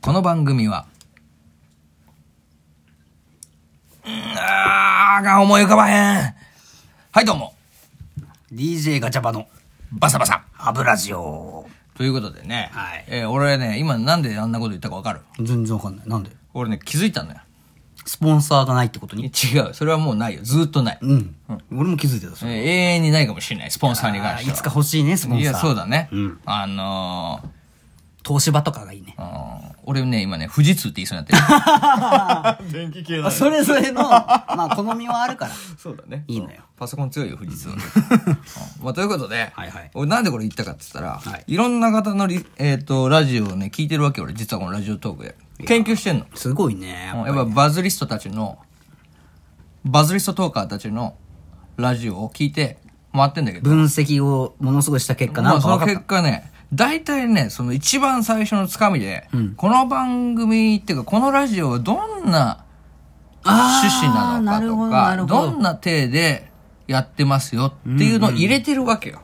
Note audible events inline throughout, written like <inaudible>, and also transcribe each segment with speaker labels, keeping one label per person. Speaker 1: この番組は、うーんあーが思い浮かばへん。はい、どうも。
Speaker 2: DJ ガチャバの
Speaker 1: バサバサ。
Speaker 2: 油塩。
Speaker 1: ということでね、
Speaker 2: はい
Speaker 1: えー俺ね、今なんであんなこと言ったかわかる
Speaker 2: 全然わかんない。なんで
Speaker 1: 俺ね、気づいたのよ。
Speaker 2: スポンサーがないってことに
Speaker 1: 違う。それはもうないよ。ずーっとない。
Speaker 2: うん。俺も気づいてた、
Speaker 1: え
Speaker 2: そ
Speaker 1: ー
Speaker 2: れ。
Speaker 1: 永遠にないかもしれない、スポンサーに関
Speaker 2: あ
Speaker 1: して
Speaker 2: ー
Speaker 1: は。
Speaker 2: いつか欲しいね、スポンサー。
Speaker 1: いや、そうだね。
Speaker 2: うん
Speaker 1: あのー
Speaker 2: 東芝とかがいいね。
Speaker 1: あー俺ね、今ね、富士通って言いそうにな
Speaker 2: <laughs>
Speaker 1: ってる。電気系
Speaker 2: あそれぞれの、 <laughs> まあ、好みはあるから。
Speaker 1: そうだね。
Speaker 2: いいのよ。
Speaker 1: パソコン強いよ、富士通。うんまあ、ということで、
Speaker 2: はいはい
Speaker 1: 俺なんでこれ言ったかって言ったら、
Speaker 2: はい
Speaker 1: い、ろんな方のリ、えっ、と、ラジオをね、聞いてるわけよ俺、実はこのラジオトークで。研究してんの。
Speaker 2: すごいね。
Speaker 1: うんやっぱバズリストたちの、バズリストトーカーたちのラジオを聞いて回ってんだけど、
Speaker 2: 分析をものすごいした結果、
Speaker 1: ま
Speaker 2: な
Speaker 1: あ
Speaker 2: ん
Speaker 1: その
Speaker 2: かわかっ
Speaker 1: 結
Speaker 2: た。
Speaker 1: 果ね、大体ね、その一番最初のつかみで、この番組っていうか、このラジオはどんな
Speaker 2: あー
Speaker 1: 趣旨なのかとか、
Speaker 2: なるほど、なる
Speaker 1: ど
Speaker 2: ほど。
Speaker 1: んな体でやってますよっていうのを入れてるわけよ。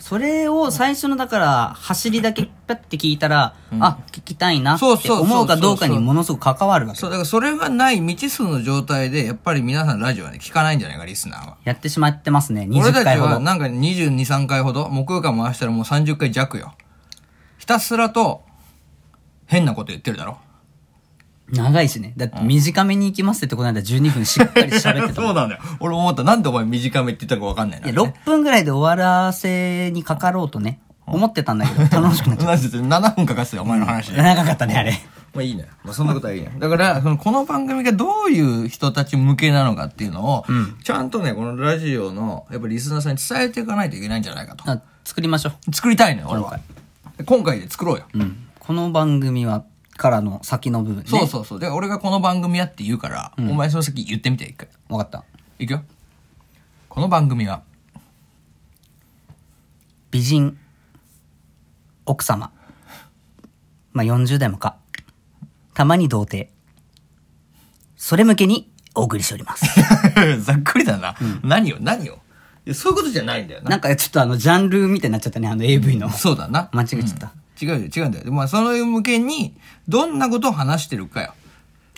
Speaker 2: それを最初の、だから、走りだけパッて聞いたら、あ、聞きたいなって
Speaker 1: そうそうそうそう
Speaker 2: 思うかどうかにものすごく関わるわけ
Speaker 1: そう、。だからそれがない未知数の状態で、やっぱり皆さんラジオはね、聞かないんじゃないか、リスナーは。
Speaker 2: やってしまってますね、
Speaker 1: 俺
Speaker 2: 20
Speaker 1: たち
Speaker 2: 回ほ
Speaker 1: は
Speaker 2: ど。
Speaker 1: なんか22、3回ほど、木曜間回したらもう30回弱よ。ひたすらと、変なこと言ってるだろ。
Speaker 2: 長いしね。だって短めに行きますってこの間12分しっかり喋ってたも
Speaker 1: <laughs> そう
Speaker 2: ん。<laughs>
Speaker 1: なんだよ。俺思った。なんでお前短めって言ったかわかんない
Speaker 2: い
Speaker 1: な
Speaker 2: や、。6分ぐらいで終わらせにかかろうとね、思ってたんだけど、楽しくなっちゃっ
Speaker 1: なんで7分かかってたよ、お前の話。
Speaker 2: た。 <laughs> 長かったね、あれ。
Speaker 1: まあいいね。まあそんなことはいいね。だから、そのこの番組がどういう人たち向けなのかっていうのを、ちゃんとね、このラジオの、やっぱリスナーさんに伝えていかないといけないんじゃないかと。
Speaker 2: あ作りましょう。
Speaker 1: 作りたいのよ、俺
Speaker 2: 今
Speaker 1: は。今回で作ろうよ。
Speaker 2: うん。この番組は、からの先の部分ね。
Speaker 1: そうそうそう。で、俺がこの番組やって言うから、お前その先言ってみて、一回。
Speaker 2: う。わかった。
Speaker 1: いくよ。この番組 <laughs> は、
Speaker 2: 美人、奥様。まあ、40代もか。たまに童貞。それ向けにお送りしております。 <laughs>
Speaker 1: ざっくりだな。何よ、何よ。いやそういうことじゃないんだよな。
Speaker 2: なんかちょっとあの、ジャンルみたいになっちゃったね、あの AV の。
Speaker 1: そうだな。
Speaker 2: 間違えちゃった。
Speaker 1: 違うよ、違うんだよ。でまあ、その向けに、どんなことを話してるかよ。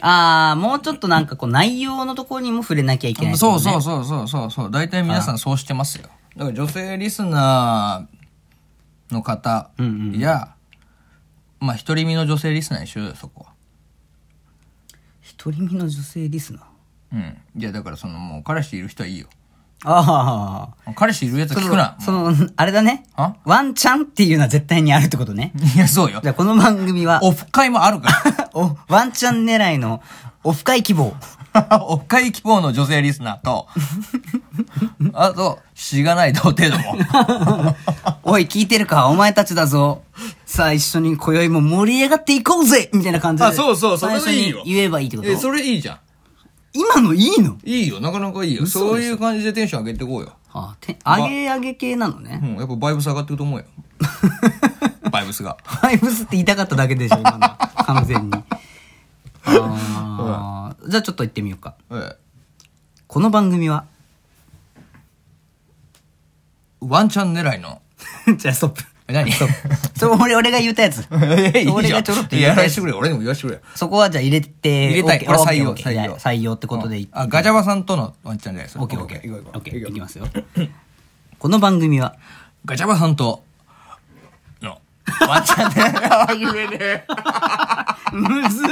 Speaker 2: あー、もうちょっとなんかこう、内容のところにも触れなきゃいけない、。
Speaker 1: そうそううそうそうそうそう。大体皆さんそうしてますよ。だから女性リスナーの方や、まあ一人身の女性リスナーにしようよ、そこは。
Speaker 2: 独り身の女性リスナー。
Speaker 1: うん。いや、だからそのもう彼氏いる人はいいよ。
Speaker 2: ああ。
Speaker 1: 彼氏いるやつは聞くな。
Speaker 2: その、あれだね
Speaker 1: あ。
Speaker 2: ワンチャンっていうのは絶対にあるってことね。
Speaker 1: いや、そうよ <laughs>
Speaker 2: じ。ゃあこの番組は、
Speaker 1: オフ会もあるか
Speaker 2: <laughs> お、ワンチャン狙いの、オフ会希望。
Speaker 1: ら。 <laughs> オフ会希望の女性リスナー <laughs> と、あと、しがない童貞ども。 <laughs>
Speaker 2: おい、聞いてるかお前たちだぞ。さあ、一緒に今宵も盛り上がっていこうぜみたいな感じで。
Speaker 1: あそうそうそれ
Speaker 2: 最初
Speaker 1: いい
Speaker 2: に
Speaker 1: よ
Speaker 2: 言えばいいってこ
Speaker 1: え、
Speaker 2: と
Speaker 1: それいいじゃん。
Speaker 2: 今のいいの
Speaker 1: いいよ、なかなかいいよ。そういう感じでテンション上げていこうよ。
Speaker 2: あ、て、上げ上げ系なの
Speaker 1: う
Speaker 2: ね。
Speaker 1: ん、やっぱバイブス上がってると思うよ。バイブスが。
Speaker 2: ファイブスって言いたかっただけでしょ、今のは。完全に。あーじゃあちょっと行ってみようか。
Speaker 1: ええ
Speaker 2: この番
Speaker 1: <laughs>
Speaker 2: 組は、
Speaker 1: ワンチャン狙いの。
Speaker 2: じゃあストップ。
Speaker 1: え何い
Speaker 2: そう。それ俺、俺が言った
Speaker 1: <laughs>
Speaker 2: やつ。俺がちょろっと
Speaker 1: いや
Speaker 2: 言っ
Speaker 1: や
Speaker 2: た
Speaker 1: ら
Speaker 2: や
Speaker 1: して
Speaker 2: つ
Speaker 1: く。れよ。俺にも言わしてくれよ。
Speaker 2: そこはじゃあ入れて。
Speaker 1: 入れたい。
Speaker 2: OK
Speaker 1: 俺採用、
Speaker 2: OK OK
Speaker 1: 採用。
Speaker 2: 採用ってことでいい。
Speaker 1: あ、ガチャバさんとのワンチャン狙いです。
Speaker 2: オッケーオッケ
Speaker 1: 行こう
Speaker 2: ー。
Speaker 1: 行こ
Speaker 2: オ
Speaker 1: う
Speaker 2: ッケー。いきますよ。この番組は、
Speaker 1: ガチャバさんと、の、ワンチャン狙い。
Speaker 2: むずっ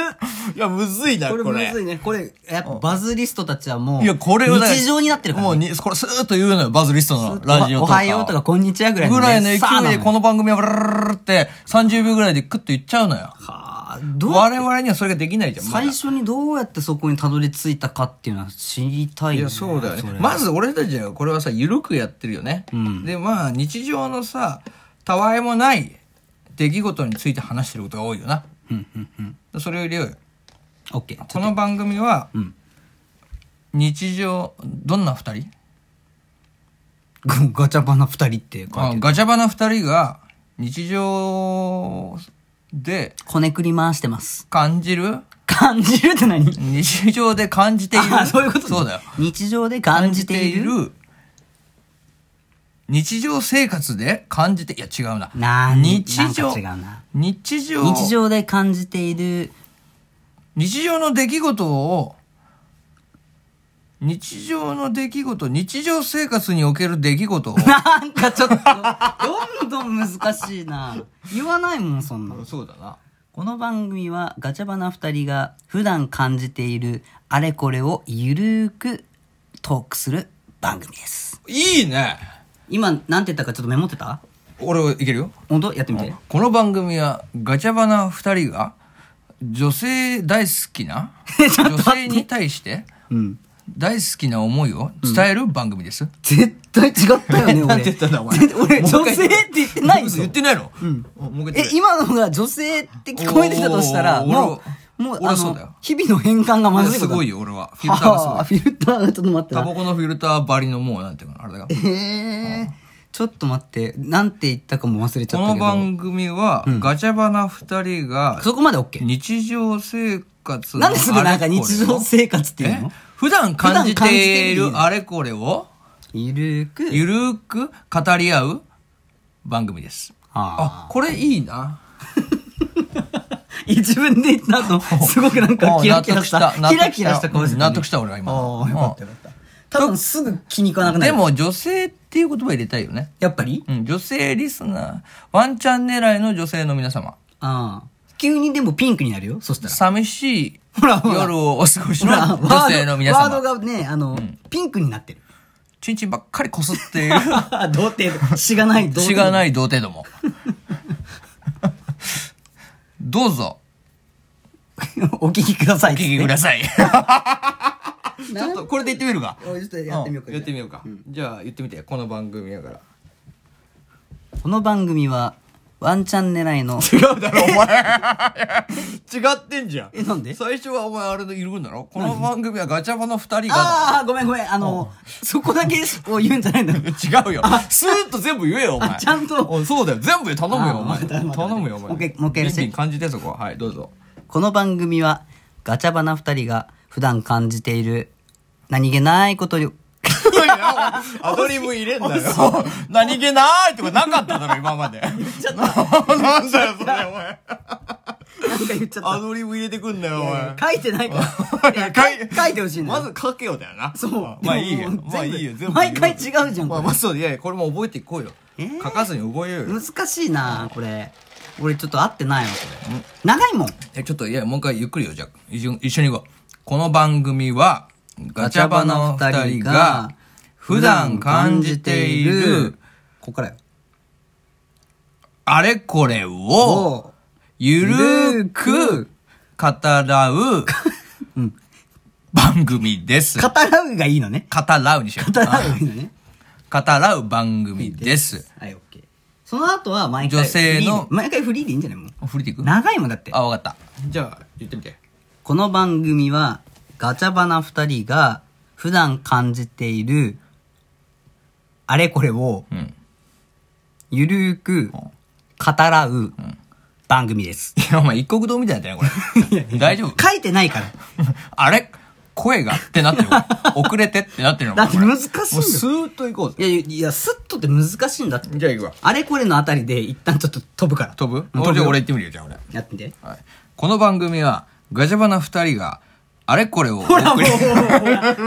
Speaker 1: いや、むずいな、これ。
Speaker 2: いね。これ、やっぱバズリストたちはもう、
Speaker 1: いや、これをだから
Speaker 2: 日常になってるから
Speaker 1: もう
Speaker 2: ね。
Speaker 1: に、これスーッと言うのよ、バズリストのラジオと
Speaker 2: お
Speaker 1: か。
Speaker 2: はようとかこんにちはぐらいの
Speaker 1: ぐ
Speaker 2: ね。
Speaker 1: らいの勢
Speaker 2: さあない
Speaker 1: で、
Speaker 2: の
Speaker 1: この番組はブルルルルルって30秒ぐらいでクッと言っちゃうのよ。
Speaker 2: はあどう
Speaker 1: 我々にはそれができないじゃん。まだ
Speaker 2: 最初にどうやってそこにたどり着いたかっていうのは知りたい
Speaker 1: い
Speaker 2: よ
Speaker 1: や、
Speaker 2: ね。
Speaker 1: そうだよね
Speaker 2: れ。
Speaker 1: まず俺たちはこれはさ、ゆるくやってるよね。で、まあ、日常のさ、たわいもない出来事について話してることが多いよな。それを入れようよ。
Speaker 2: オッケー。
Speaker 1: この番組は、日常、どんな二人
Speaker 2: ガチャバナ二人って書い
Speaker 1: あ
Speaker 2: てる。
Speaker 1: ガチャバな二人が、日常で
Speaker 2: こねくり回してます。
Speaker 1: 感じる
Speaker 2: 感じるって何
Speaker 1: 日常で感じている。
Speaker 2: あそういうことね
Speaker 1: そうだよ。
Speaker 2: 日常で感じている
Speaker 1: 感じている日常生活で感じて、いや違うな。
Speaker 2: な
Speaker 1: 日常
Speaker 2: なんか違うな
Speaker 1: 日常、
Speaker 2: 日常で感じている、
Speaker 1: 日常の出来事を、日常の出来事、日常生活における出来事を、
Speaker 2: なんかちょっと、どんどん難しいな。言わないもん、そんなの。
Speaker 1: そうだな。
Speaker 2: この番組はガチャバナ二人が普段感じているあれこれをゆるーくトークする番組です。
Speaker 1: いいね
Speaker 2: 今、なんて言ったかちょっとメモってた
Speaker 1: 俺はいけるよ。
Speaker 2: 本当やってみて。
Speaker 1: この番組はガチャバナ二人が女性大好き
Speaker 2: <laughs>
Speaker 1: な女性に対して大好きな思いを伝える番組です。
Speaker 2: 絶対違ったよね、
Speaker 1: <laughs>
Speaker 2: 俺。
Speaker 1: なんて言ったんだお
Speaker 2: <laughs>
Speaker 1: 前
Speaker 2: 絶俺、
Speaker 1: もう一
Speaker 2: 女
Speaker 1: 回
Speaker 2: 性って言ってないでしょ
Speaker 1: 言ってないのもう一回
Speaker 2: え、今のが女性って聞こえてたとしたら、
Speaker 1: おー
Speaker 2: もう、
Speaker 1: 俺
Speaker 2: もう、
Speaker 1: 俺
Speaker 2: あ
Speaker 1: そうだよ
Speaker 2: の、日々の変換がまずい
Speaker 1: す
Speaker 2: ことだ
Speaker 1: ごいよ、俺は。フィルターがすご
Speaker 2: はあ
Speaker 1: い。
Speaker 2: フィルターがちょっと待って
Speaker 1: タ
Speaker 2: な
Speaker 1: バコのフィルターばりのもう、なんていうの、あれだが。
Speaker 2: えー、ちょっと待って、なんて言ったかも忘れちゃ
Speaker 1: こ
Speaker 2: っ
Speaker 1: の
Speaker 2: たけど。
Speaker 1: 番組は、ガチャバナ二人が
Speaker 2: そこまで OK。
Speaker 1: 日常生活の
Speaker 2: なんですぐなんか日常生活って
Speaker 1: 活
Speaker 2: いうの
Speaker 1: 普段感じてい
Speaker 2: 普段感じている
Speaker 1: るあれこれを、
Speaker 2: ゆるーく。
Speaker 1: ゆるーく語り合う番組です。あ、
Speaker 2: あ
Speaker 1: これいいな。
Speaker 2: ーいや自分で言った後、すごくなんか
Speaker 1: あ
Speaker 2: キラキラした。
Speaker 1: 納得
Speaker 2: キラキラした顔してたね、
Speaker 1: 納得した俺は今。
Speaker 2: ああ、よかったよかった。多分すぐ気に食わな
Speaker 1: う
Speaker 2: く
Speaker 1: ん
Speaker 2: なる。
Speaker 1: で、も女性っていう言葉入れたいよね。
Speaker 2: やっぱり
Speaker 1: うん、女性リスナー、ワンチャン狙いの女性の皆様、
Speaker 2: ああ。急にでもピンクになるよ、そしたら。
Speaker 1: 寂しい
Speaker 2: ほらほら
Speaker 1: 夜をお過ごしの
Speaker 2: ほら
Speaker 1: 女性の皆
Speaker 2: ワード
Speaker 1: 様、
Speaker 2: がね、あの、ピンクになってる。
Speaker 1: チンチンばっかりこすってい <laughs> る、
Speaker 2: <laughs> 童貞。 <laughs> しがない童貞。
Speaker 1: 血が
Speaker 2: い。
Speaker 1: ない童貞ども。 <laughs> どうぞ、
Speaker 2: お聞きください。
Speaker 1: お聞きください。 <laughs>
Speaker 2: ち
Speaker 1: ちょっとこれで言ってみるか。
Speaker 2: おいちょっとやってみようか
Speaker 1: んやってみようか。じゃあ言ってみて、この番組やから。
Speaker 2: この番組は、ワンチャン狙いの、
Speaker 1: 違うだろ、お前。違ってんじゃん。
Speaker 2: えなんで
Speaker 1: 最初はお前あれでいるんだろこの番組はガチャバの二人が。
Speaker 2: ああ、ごめんごめん、あの、そこだけを言うんじゃないんだよ。
Speaker 1: 違うよ。スーッと全部言えよ、お前。
Speaker 2: あちゃんと
Speaker 1: おそうだよ。全部言え頼むよ、
Speaker 2: あ
Speaker 1: お前。
Speaker 2: またまた
Speaker 1: 頼むよ、お前。
Speaker 2: もう一回もう一回やらせて
Speaker 1: ビンビン感じて、そこは。はい、どうぞ。
Speaker 2: この番組は、ガチャバナ二人が普段感じている、何気ないことよ、
Speaker 1: <laughs> アドリブ入れんだよ。何気ないとかなかっただろ、今まで。 <laughs> なんだよ、それ、お前。
Speaker 2: なんか言っち
Speaker 1: <laughs>
Speaker 2: ゃ
Speaker 1: ア
Speaker 2: っ
Speaker 1: ドリブ入れてくんだよ、お
Speaker 2: た
Speaker 1: 前。。
Speaker 2: 書いてないから。いや
Speaker 1: 書い
Speaker 2: 書いてほしいんだ
Speaker 1: ま
Speaker 2: よ。
Speaker 1: ず書けよだよな。
Speaker 2: そう
Speaker 1: まあいいよ
Speaker 2: でも。
Speaker 1: まあいいよ。
Speaker 2: 全部
Speaker 1: 全部
Speaker 2: 毎回違うじゃんこれ
Speaker 1: まあまあそう、いやいや、これも覚えていこうよ。
Speaker 2: ー
Speaker 1: 書かずに覚えようよ。
Speaker 2: 難しいな、これ。俺ちょっと合ってないわ、これ。長いもん。
Speaker 1: え、ちょっと、いや、もう一回ゆっくりよ、じゃあ。一緒に一緒に行こう。この番組は、ガチャバの二人が、普段感じている、、
Speaker 2: ここからよ。
Speaker 1: あれこれを、
Speaker 2: お
Speaker 1: ゆるーく、語らう、番組です。
Speaker 2: 語らうがいいのね。
Speaker 1: 語らうにしよう。
Speaker 2: 語らうがいいのね。
Speaker 1: 語らう番組です。
Speaker 2: はい、オッケー。その後は毎回。
Speaker 1: 女性の
Speaker 2: フリーで毎回フリーでいいんじゃないもう。
Speaker 1: 振りていく
Speaker 2: 長いもんだって。
Speaker 1: あ、わかった。じゃあ、言ってみて。
Speaker 2: この番組は、ガチャバナ二人が普段感じている、あれこれを、
Speaker 1: うん。
Speaker 2: ゆるーく、語らう、番組です。
Speaker 1: いや、お前、一国堂みたいだったね、これ。大丈夫
Speaker 2: 書いてないから。
Speaker 1: あれ声がってなってる
Speaker 2: <laughs>
Speaker 1: よ。遅れてってなってるの
Speaker 2: だって
Speaker 1: これ
Speaker 2: 難しいんだよ
Speaker 1: もうスーッと行こうぜ。
Speaker 2: いや、いや、スッとって難しいんだって。
Speaker 1: じゃあ行くわ。
Speaker 2: あれこれのあたりで一旦ちょっと飛ぶから。
Speaker 1: 飛ぶ
Speaker 2: うん飛ぶ
Speaker 1: じゃ
Speaker 2: よ
Speaker 1: あ俺行ってみるよ、じゃあ俺。
Speaker 2: やってみて。
Speaker 1: はい、この番組は、ガチャバナ二人が、あれこれを、
Speaker 2: ほらもう、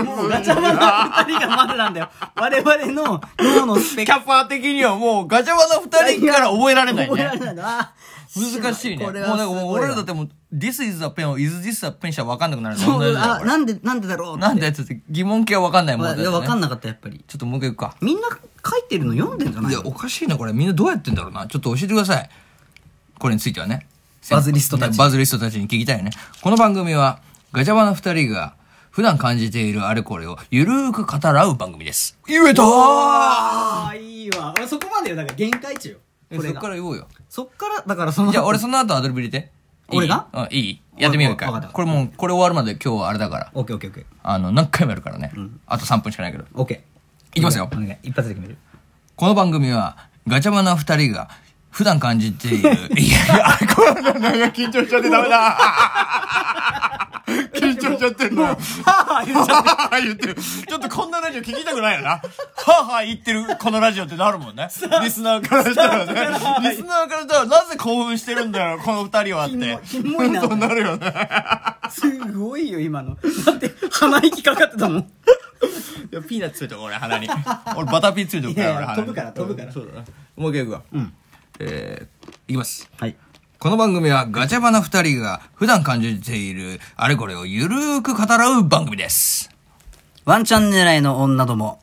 Speaker 2: もうガチャバナ二人がまだなんだよ。我々の脳
Speaker 1: <laughs>
Speaker 2: のスペック
Speaker 1: キャパー的にはもう、ガチャバナ二人から覚えられない
Speaker 2: 覚えられ
Speaker 1: ね。
Speaker 2: ないのあー
Speaker 1: 難しいね。も
Speaker 2: こ
Speaker 1: う
Speaker 2: れ
Speaker 1: だ
Speaker 2: は
Speaker 1: から
Speaker 2: すごい
Speaker 1: もう
Speaker 2: わ
Speaker 1: 俺らだってもう、This is a pen を Is this a pen しか分かんなくなる
Speaker 2: そうあ
Speaker 1: な
Speaker 2: なんでなんでだろう
Speaker 1: なんでやつって疑問系は分かんないもんだ
Speaker 2: いや分か
Speaker 1: な
Speaker 2: ん
Speaker 1: い。
Speaker 2: なかったやっぱり
Speaker 1: ちょっともう一回行くか。
Speaker 2: みんな書いてるの読んでんじゃないい
Speaker 1: や、
Speaker 2: の
Speaker 1: おかしいな、これ。みんなどうやってんだろうな。ちょっと教えてください。これについてはね。
Speaker 2: バズリストたち
Speaker 1: バズリストたちに聞きたいね。この番組は、ガチャバの二人が、普段感じているあれこれをゆるーく語らう番組です。言えたー
Speaker 2: ああいいわ俺そこまでよだから限界値よ
Speaker 1: えそっから言おうよ。
Speaker 2: そっからだから
Speaker 1: <laughs>
Speaker 2: その
Speaker 1: じゃあ俺その後アドリブ入れて。いい
Speaker 2: 俺が
Speaker 1: うん、いいやってみよう
Speaker 2: わかっ
Speaker 1: か
Speaker 2: た。
Speaker 1: これもう、これ終わるまで今日はあれだから。
Speaker 2: オッケーオッケーオッケー
Speaker 1: あの、何回もやるからね。あと3分しかないけど。
Speaker 2: オッケー
Speaker 1: いきますよ
Speaker 2: お願い一発で決める
Speaker 1: この番組は、ガチャマな二人が、普段感じて <laughs> いる、 <laughs> いや、これなんか緊張しちゃってダメだ。緊張し
Speaker 3: ちゃってんのよ。
Speaker 1: はあ言っちゃう
Speaker 3: はぁ <laughs> 言ってる。ちょっとこんなラジオ聞きたくないよな。はぁはぁ言ってる、このラジオってなるもんね。リスナーからした
Speaker 1: <laughs>
Speaker 3: らね。リスナーからしたら、なぜ興奮してるんだよ、この二人はって。
Speaker 2: キモキモいな
Speaker 3: そうなるよね。
Speaker 2: すごいよ、今の。だって、鼻息かかってたもん。
Speaker 3: いや、ピーナッツついてこ俺鼻に。俺バターピーついてこ
Speaker 2: いやいや
Speaker 3: 俺鼻に。
Speaker 2: 飛ぶから飛ぶから
Speaker 3: そうだな。
Speaker 1: もう一回いくわ。えーいきます。
Speaker 2: はい。
Speaker 1: この番組はガチャバな二人が普段感じているあれこれをゆるーく語らう番組です。
Speaker 2: ワンチャン狙いの女ども、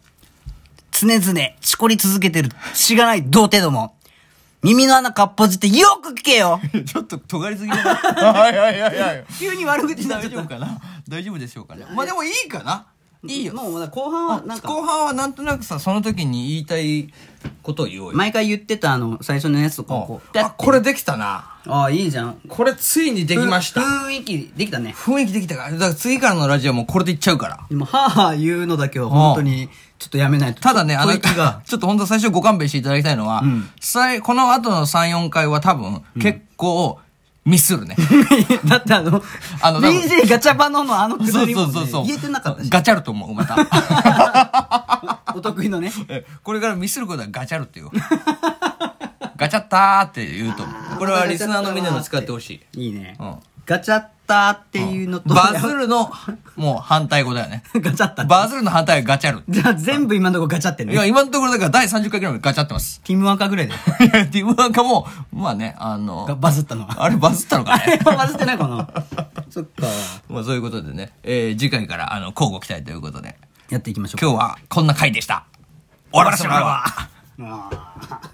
Speaker 2: 常々チコり続けてる血がない童貞ども、耳の穴かっぽじってよく聞けよ
Speaker 1: ちょっと尖りすぎだな。
Speaker 3: はいはいはいはい。
Speaker 2: 急に悪口になっちゃ
Speaker 1: 大
Speaker 2: っ
Speaker 1: 丈夫
Speaker 2: た。
Speaker 1: かな大丈夫でしょうかね。まあでもいいかないいよ。
Speaker 2: もう後半はなん
Speaker 1: 後
Speaker 2: か、
Speaker 1: 半はなんとなくさ、その時に言いたいことを言おうよ。
Speaker 2: 毎回言ってたあの、最初のやつとかをこう、
Speaker 1: あ、これできたな。
Speaker 2: ああ、いいじゃん。
Speaker 1: これついにできました。
Speaker 2: 雰囲気できたね。
Speaker 1: 雰囲気できたから。だから次からのラジオもこれでいっちゃうから。
Speaker 2: でも、はあはあ言うのだけは本当に、ちょっとやめないと。
Speaker 1: ただね、あの、
Speaker 2: 吐息が。
Speaker 1: ちょっと本当最初ご勘弁していただきたいのは、さいこの後の3、4回は多分、結構、ミスるね。
Speaker 2: <laughs> だってあの、
Speaker 1: あの多分
Speaker 2: DJ ガチャバノのあのくだりもね言えてな
Speaker 1: <laughs>
Speaker 2: かったし。
Speaker 1: ガチャると思う、また。 <laughs>
Speaker 2: お得意のね。
Speaker 1: えこれからミスることはガチャる <laughs> ってよ。ガチャったーって言うと思う。これはリスナーのみんなの使ってほしい。
Speaker 2: いいね
Speaker 1: うん。
Speaker 2: ガチャったっていうのと、
Speaker 1: バズるの、もう反対語だよね。
Speaker 2: <laughs> ガチャった。
Speaker 1: バズるの反対はガチャる。
Speaker 2: じゃあ全部今のとこガチャって
Speaker 1: いや、
Speaker 2: ね。
Speaker 1: 今のところだから第30回ぐらいまでガチャってます。
Speaker 2: ティムワーカーぐらいで。
Speaker 1: いや、ティムワーカーも、まあね、あ
Speaker 2: が
Speaker 1: の、
Speaker 2: バズったのは。
Speaker 1: あれバズったのか
Speaker 2: あ
Speaker 1: ね
Speaker 2: れ。 <laughs> はバズってないかな。そっか。
Speaker 1: まあそういうことでね、えー次回からあの交互期待ということで、
Speaker 2: やっていきましょう。
Speaker 1: 今日はこんな回でした。終わらせてもらうわ。
Speaker 2: 今日。